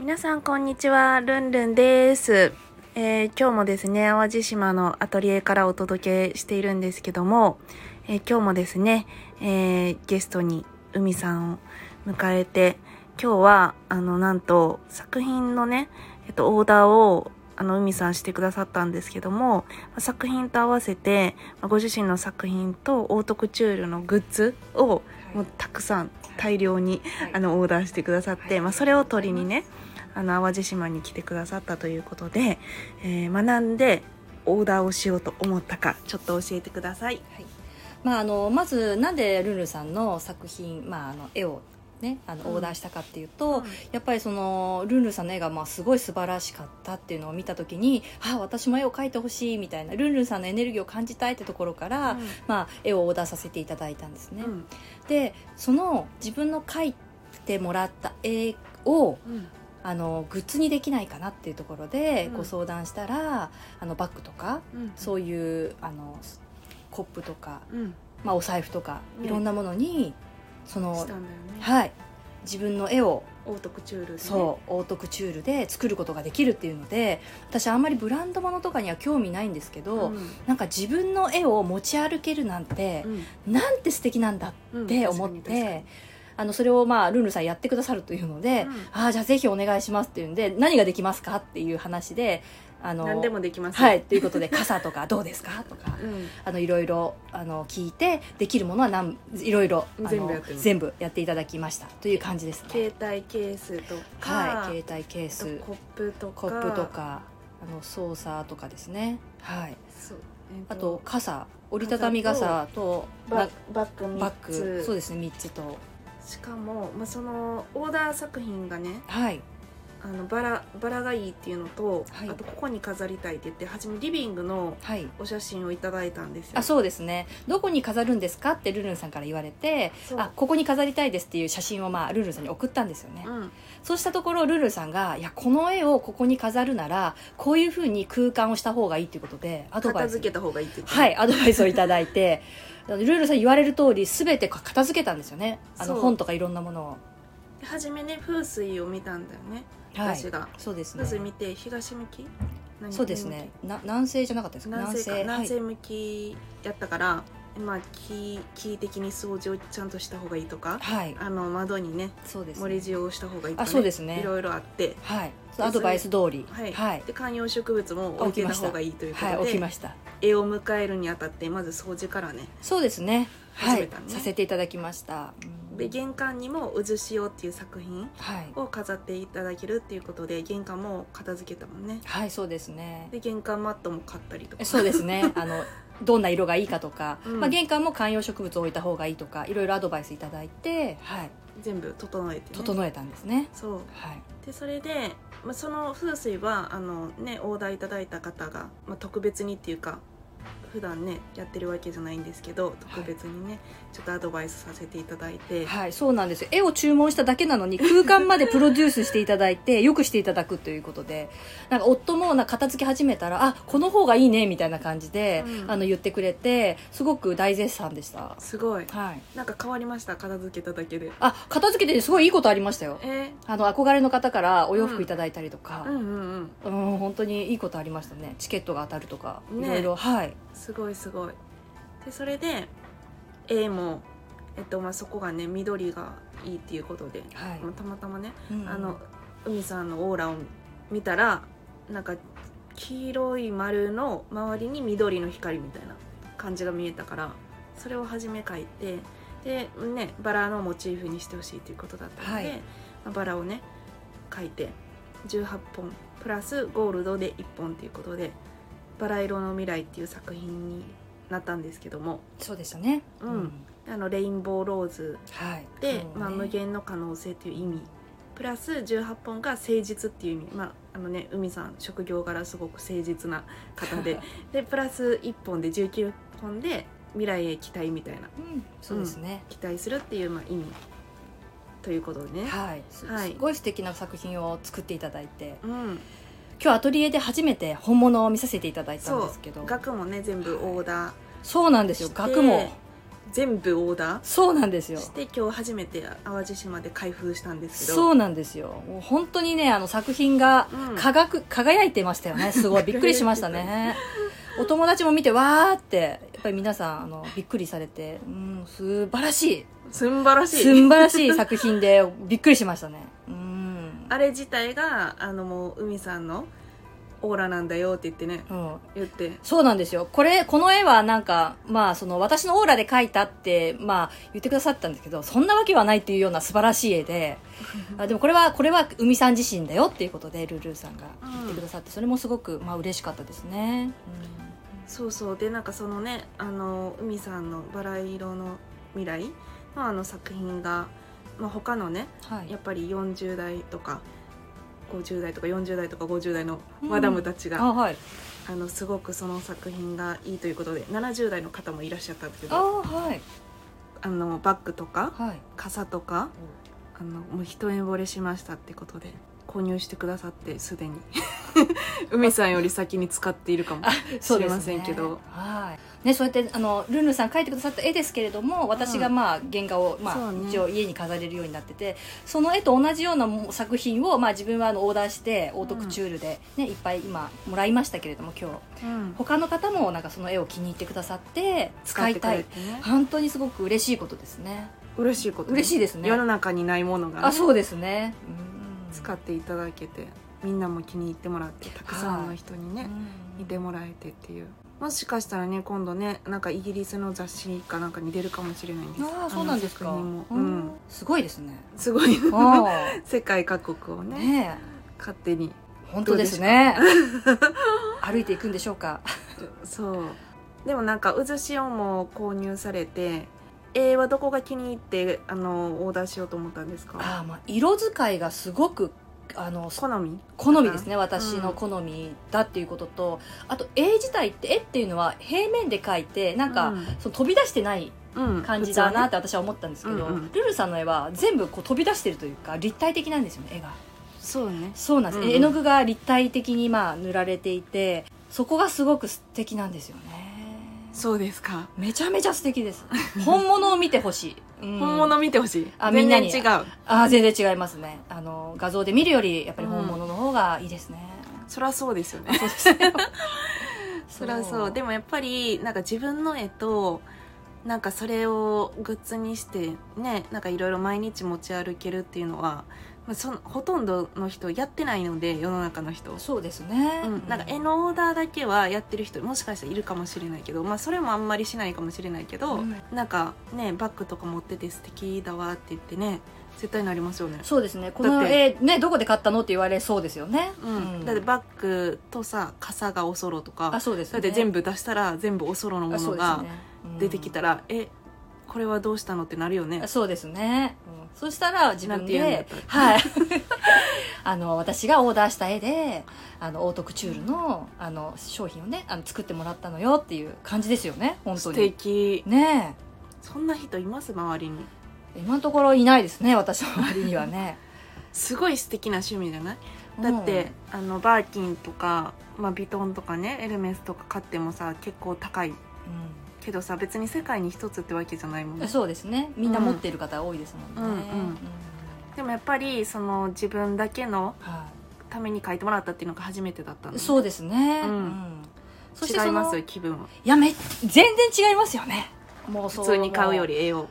皆さんこんにちはルンルンです、えー今日もですね淡路島のアトリエからお届けしているんですけども、えー今日もですね、えーゲストに海さんを迎えて今日はあのなんと作品のね、えっと、オーダーをあの海さんしてくださったんですけども作品と合わせてご自身の作品とオートクチュールのグッズをもうたくさん大量にはいあのオーダーしてくださって、はいまあ、それを取りにねあの淡路島に来てくださったということで、えー学んでオーダーをしようと思ったかちょっと教えてください。まあ、あのまずなんでルンルンさんの作品、まあ、あの絵を、ね、あのうんオーダーしたかっていうと、やっぱりそのルンルンさんの絵がまあすごい素晴らしかったっていうのを見た時にあ私も絵を描いてほしいみたいなルンルンさんのエネルギーを感じたいってところから、まあ、絵をオーダーさせていただいたんですね。うんでその自分の描いてもらった絵をうんあのグッズにできないかなっていうところでうんご相談したら、あのバッグとかうんそういうあのコップとかうんまあ、お財布とかねいろんなものに、そしのたんだよね。はい自分の絵をオートクチュールでね、そうオートクチュールで作ることができるっていうので私あんまりブランドものとかには興味ないんですけど、んなんか自分の絵を持ち歩けるなんて、なんて素敵なんだっうんて思っ、て、あのそれをまあルンルンさんやってくださるというので、うんああじゃあぜひお願いしますっていうんで何ができますかっていう話であの何でもできます。はいということで傘とかどうですかとかう。ん。あのいろいろあの聞いてできるものはなんいろいろあ全部やのってます全部やっていただきましたという感じですね。携帯ケースとか、はい、携帯ケース、コップとか、コップとかあのソーサーとかですね。はい。そう、えーあと傘、折りたたみ傘とバなバッグ3バッグ、つそうですね三つと、しかも、まあ、そのオーダー作品がねはいあのバラバラがいいっていうのと、はいあとここに飾りたいって言って初めリビングのはい。お写真をいただいたんですよあそうですねどこに飾るんですかってルルンさんから言われてそうあここに飾りたいですっていう写真を、まあ、ルルンさんに送ったんですよね、うんそうしたところルルさんが「いやこの絵をここに飾るならこういうふうに空間をした方がいい」ということでアドバ片イス付けた方がいいって言ってはいアドバイスをいただいてルルさん言われる通り全て片付けたんですよねあのそう本とかいろんなものを。で初めね風水を見たんだよね、はい、私がそうですね風水見て東向き何そうですねな南西じゃなかったですか南西か南は西向きやったから、まあキーキー的に掃除をちゃんとした方がいいとかい、はい、あの窓にねそうです、盛り塩をした方がいいとか、あそうですねいろいろあってはいアドバイス通りはい、はい、で観葉植物も置いてた方がいいということはで、い、起きました絵を迎えるにあたってまず掃除からねそうですねは初めいてねさせていただきました、うんで玄関にも「うずしお」っていう作品はい、を飾っていただけるっていうことで玄関も片付けたもんねはい、そうですねで玄関マットも買ったりとかそうです ねあのどんな色がいいかとか、うんまあ、玄関も観葉植物を置いた方がいいとかいろいろアドバイスいただいて、はい、全部整えて、ね、整えたんですね、そうはい、でそれで、まあ、その風水はあのねオーダーいただいた方が、まあ、特別にっていうか普段ねやってるわけじゃないんですけど特別にね、ちょっとアドバイスさせていただいて、はい、そうなんですよ絵を注文しただけなのに空間までプロデュースしていただいてよくしていただくということでなんか夫もなんか片付け始めたらあこの方がいいねみたいな感じで、うんあの言ってくれてすごく大絶賛でした、すごいはい、なんか変わりました片付けただけであ片付けてすごいいいことありましたよえあの憧れの方からお洋服いただいたりとか、ー、うんうんうんうん、本当にいいことありましたねチケットが当たるとか、ねいろいろはいすごいすごいでそれで A も、えっとまあ、そこがね緑がいいっていうことで、はい、まあたまたまね、うんあの海さんのオーラを見たらなんか黄色い丸の周りに緑の光みたいな感じが見えたからそれを初め書いてでねバラのモチーフにしてほしいっていうことだったので、はいまあバラをね書いて18本プラスゴールドで1本っていうことで「バラ色の未来」っていう作品になったんですけどもそうでしたねうんあのレインボーローズはいで、そうねまあ、無限の可能性という意味プラス18本が誠実っていう意味、まああのね、海さん職業柄すごく誠実な方 ででプラス1本で19本で未来へ期待みたいなうんそうですね、期待するっていう、まあ、意味ということでね。はいすはいすごい素敵な作品を作っていただいてうん、今日アトリエで初めて本物を見させていただいたんですけどそう額もね全部オーダーなんですよして額も全部オーダそうなんですーよして今日初めて淡路島で開封したんですけどそうなんですよもう本当にねあの作品がうんかがく輝いてましたよねすごいびっくりしまし たねお友達も見てわーってやっぱり皆さんあのびっくりされてうん素晴らしいすんばらしい素晴らしい作品でびっくりしましたねうんあれ自体があのもう海さんのオーラなんだよって言ってねうん言ってそうなんですよ。これ、この絵はなんか、まあ、その、私のオーラで描いたって、まあ、言ってくださったんですけど、そんなわけはないっていうような素晴らしい絵で、あでもこれは、これは、海さん自身だよっていうことで、ルルーさんが言ってくださって、それもすごく、まあ、嬉しかったですね。そうそうでなんかそのねあの海さんの「バラ色の未来の」あの作品が、まあ、他のねうんはいや。っぱり40代とか50代とか40代とか50代のうんマダムたちが、あ、はい。あのすごくその作品がいいということで70代の方もいらっしゃったんですけあ、どはい。あのバッグとかはい。傘とかあのもう一目惚れしましたってことで購入してくださってすでに 梅さんより先に使っているかもそう知りですねませんけど、はい。ね、そうやって、あの、ルンルンさん描いてくださった絵ですけれども、私がまあ、原画を、まそあ、うね一応家に飾れるようになってて、その絵と同じようなも作品を、まあ自分はあの、オーダーして、オートクチュールで、ね、いっぱい今、もらいましたけれども、今う日。ん他の方も、なんかその絵を気に入ってくださって、使いた使っいて。くれてね本当にすごく嬉しいことですね。嬉しいこと、嬉しいですね世の中にないものがあ、そうですね。うん使っていただけてみんなも気に入ってもらってたくさんの人にね、うん見てもらえてっていうもしかしたらね今度ねなんかイギリスの雑誌かなんかに出るかもしれないんですああ、そうなんですか。あの作う品もうんんすごいで すね。すごいあ世界各国をあ、ねねえ。勝手に本当ですね歩いていくんでしょうかそうでもなんか渦潮も購入されて絵はどこが気に入ってあのオーダーしようと思ったんですかああまあ色使いがすごくあの好み好みですね私の好みだっていうことと、あと絵自体って絵っていうのは平面で描いてなんか、うんその飛び出してないうん感じだなっ器て私は思ったんですけど、うんうんルルさんの絵は全部こう飛び出してるというか立体的なんですよね絵がそうねそうなんです、うんうん絵の具が立体的にまあ塗られていてそこがすごく素敵なんですよねそうですかめちゃめちゃ素敵です本物を見てほしい、うん本物見てほしいあみ全んな然に違うああ全然違いますねあの画像で見るよりやっぱり本物の方がいいですね、そりゃそうですよねそうですねそりゃそうでもやっぱりなんか自分の絵となんかそれをグッズにしてねなんかいろいろ毎日持ち歩けるっていうのはまあそのほとんどの人やってないので世の中の人そうですね、うん、なんか絵のオーダーだけはやってる人もしかしたらいるかもしれないけど、まあ、それもあんまりしないかもしれないけど、うんなんかねバッグとか持ってて素敵だわって言ってね絶対なりますよね、そうですねこのだっ絵ねどこで買ったのって言われそうですよね、うんだってバッグとさ傘がおそろとか、あそうですだねって全部部出したら全部おそろのものが出てきたら、えこれはどうしたのってなるよねそうですね、うんそしたら自分なんて言うんでだったはい あの私がオーダーした絵であのオートクチュールのあの商品をねあの作ってもらったのよっていう感じですよね本当素に敵ねそんな人います周りにえ今のところいないですね私の周りにはねすごい素敵な趣味じゃない だって、あのバーキンとか、まあ、ビトンとかねエルメスとか買ってもさ結構高いうんけどさ別に世界に一つってわけじゃないもんうんねそうですねみんな持っている方多いですもんね、うんうんうんでもやっぱりその自分だけのはために書いてもらったっていうのが初めてだったのい、そうですね、うんそしてそ違いのますよ気分はいやめ全然違いますよねもうそ普通に買うよいり絵を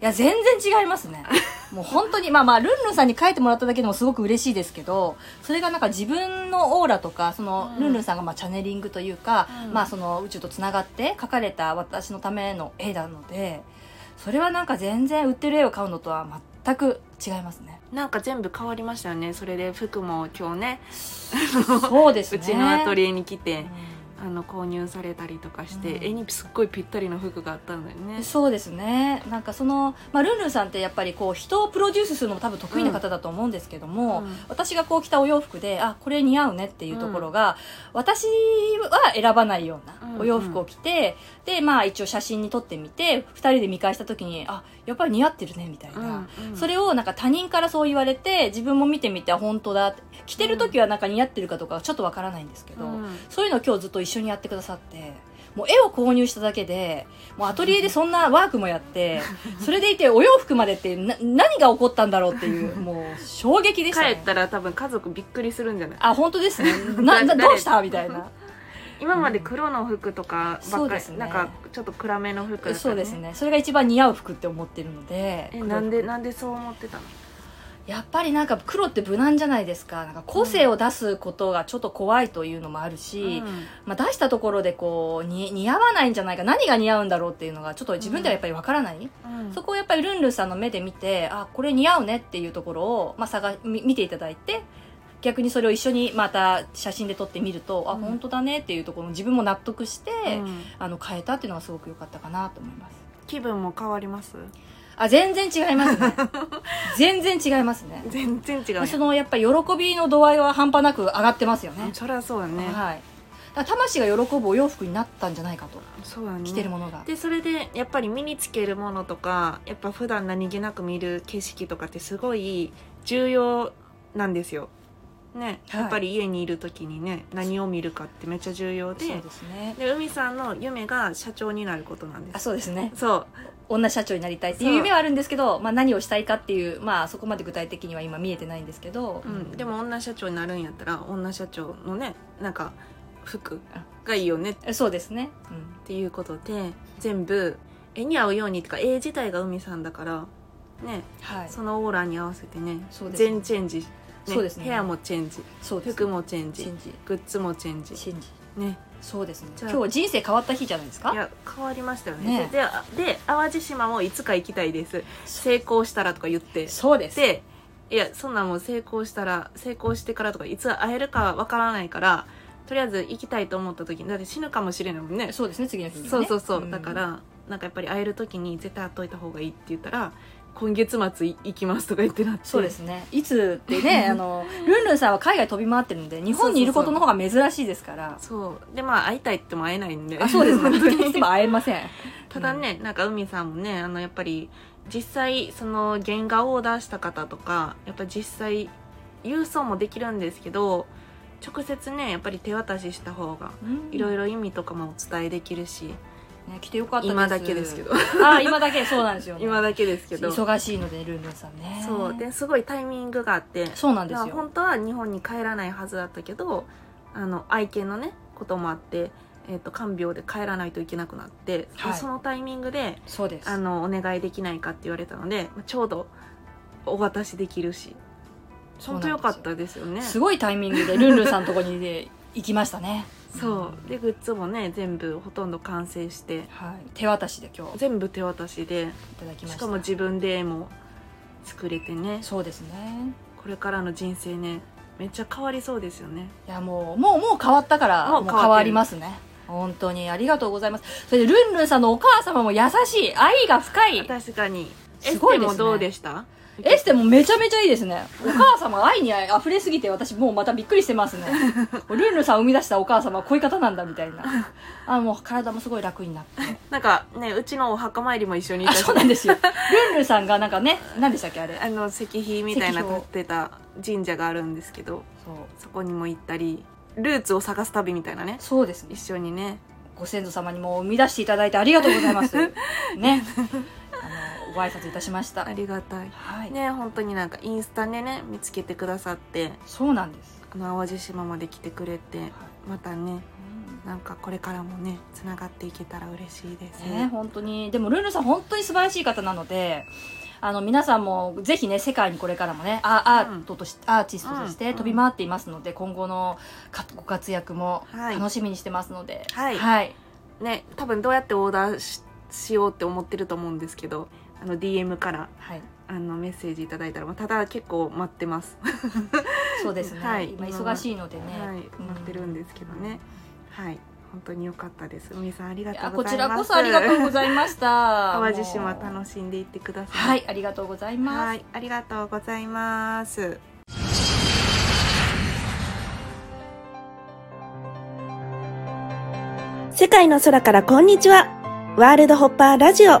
や全然違いますねもう本当にまあまあルンルンさんに書いてもらっただけでもすごく嬉しいですけどそれがなんか自分のオーラとかその、うんルンルンさんがまあチャネリングというか、うんまあその宇宙とつながって書かれた私のための絵なのでそれはなんか全然売ってる絵を買うのとは全く違いますね なんか全部変わりましたよねそれで服も今日ねそうですうねちのアトリエに来て、うんあの購入されたりとかして、うん絵にすっごいぴったりの服があったんだよね。そうですねなんかその、まあ、ルンルンさんってやっぱりこう人をプロデュースするのも多分得意な方だと思うんですけども、うん私がこう着たお洋服であこれ似合うねっていうところが、私は選ばないよううんうなんお洋服を着て、でまあ一応写真に撮ってみて2人で見返した時にあやっぱり似合ってるねみたいな、うんそれをなんか他人からそう言われて自分も見てみてあ本当だって着てる時はなんか似合ってるかとかちょっとわからないんですけど、うんそういうのを今日ずっと一緒にやってくださって、もう絵を購入しただけで、もうアトリエでそんなワークも やって、それでいてお洋服までってな何が起こったんだろうっていう、もう衝撃でしたね。帰ったら多分家族びっくりするんじゃないあ、本 当ですね。な、な誰どうしたみたいな。今まで黒の服とかばそっうかでり、すねなんかちょっと暗めの服だった、ね、そうですね。それが一番似合う服って思ってるので。えなんでなんでそう思ってたのやっぱりなんか黒って無難じゃないですか。なんか個性を出すことがちょっと怖いというのもあるし、まあ出したところでこう、に似合わないんじゃないか、何が似合うんだろうっていうのがちょっと自分ではやっぱりわからない。うんそこをやっぱりルンルンさんの目で見てあこれ似合うねっていうところを、まあ、探み見ていただいて逆にそれを一緒にまた写真で撮ってみると、あうん本当だねっていうところも自分も納得して、うんあの変えたっていうのがすごく良かったかなと思います気分も変わりますあ全然違いま すね全然違いますね全然違うねそのやっぱり喜びの度合いは半端なく上がってますよねうんそりゃそうだねはいだから魂が喜ぶお洋服になったんじゃないかとそうだね着てるものが、でそれでやっぱり身につけるものとかやっぱ普段何気なく見る景色とかってすごい重要なんですよね、はいやっぱり家にいる時にね何を見るかってめっちゃ重要でそうですねで海さんの夢が社長になることなんであすそうですねそう女社長になりたいっていうそう夢はあるんですけど、まあ、何をしたいかっていう、まあ、そこまで具体的には今見えてないんですけど、うん、でも女社長になるんやったら女社長のねなんか服がいいよねっえそうですね、ていうことで全部絵に合うようにとか絵自体が海さんだからねうん、はいそそのオーラに合わせてねそうですね全チェンジ、ね、そうですね部屋もチェンジうです服もチェンジ信じグッズもチェンジ信じねそうですねじゃ今あ日は人生変わった日じゃないですいかや変わりましたよねねであで淡路島もいつか行きたいです成功したらとか言ってそうですでいやそんなんもう成功したら成功してからとかいつ会えるかわからないからとりあえず行きたいと思った時にだって死ぬかもしれないもんねそうですね次の日に、ね、そうそうそう、んだからなんかやっぱり会える時に絶対会っといた方がいいって言ったら今月末い行きますとか言ってなってそうですねいつって ねあのルンルンさんは海外飛び回ってるので日本にいることの方が珍しいですからそうでまあ会いたいっても会えないんであそ うですね本当にいつも会えませんただね、なんか海さんもねあのやっぱり実際その原画をオーダーした方とかやっぱ実際郵送もできるんですけど直接ねやっぱり手渡しした方がいろいろ、ろ意味とかもお伝えできるしね、来てよかったです今だけですけどあ今だけそうなんですよ、ね、今だけですけど忙しいのでルンルンさんねそうですごいタイミングがあってそうなんですだからよ本当は日本に帰らないはずだったけどあの愛犬のねこともあって、えっと看病で帰らないといけなくなって、はいそのタイミングでそうですあのお願いできないかって言われたのでまあちょうどお渡しできるしそう本な当良んですよかったですよねすごいタイミングでルンルンさんのとこにで行きましたねそうでグッズもね全部ほとんど完成してはい手渡しで今日い全部手渡しでただきまししたかも自分で絵も作れてねそうですねこれからの人生ねめっちゃ変わりそうですよねいやもうもうもう変わったからももうう変変わってるわりますね本当にありがとうございますそれでルンルンさんのお母様も優しい愛が深い確かにエすスごいテですねもどうでしたエステもめちゃめちゃいいですねお母様愛にあふれすぎて私もうまたびっくりしてますねルンルンさんを生み出したお母様はこういう方なんだみたいなあもう体もすごい楽に なってなんかねうちのお墓参りも一緒に行あったしそうなんですよルンルンさんがなんかね何でしたっけあれあの石碑みたいな石碑立をってた神社があるんですけどそうそこにも行ったりルーツを探す旅みたいなねそうですね一緒にねご先祖様にも生み出していただいてありがとうございます。ね。あの、ご挨拶いたしました。ありがたいはい。ね本当になんかインスタでね見つけてくださってそうなんです。あの淡路島まで来てくれてまたねなんかこれからもねつながっていけたら嬉しいですね、本当に。でも、ルールさん本当に素晴らしい方なので、あの、皆さんもぜひね、世界にこれからもね、あアートとし、アーティストとしてうん飛び回っていますので、今後のかご活躍もはい楽しみにしてますので、はいはい。ね多分どうやってオーダーししようって思ってると思うんですけどあの DM からはいあのメッセージいただいたらまあただ結構待ってますそうですね。はい今忙しいのでね。はい、うん待ってるんですけどね。はい、本当に良かったです海さんありがいとやうごこざいちますらこそありがとうございました。淡路島もう楽しんでいってくださいはい、ありがとうございます。はい、ありがとうございます。世界の空からこんにちは。ワールドホッパーラジオ。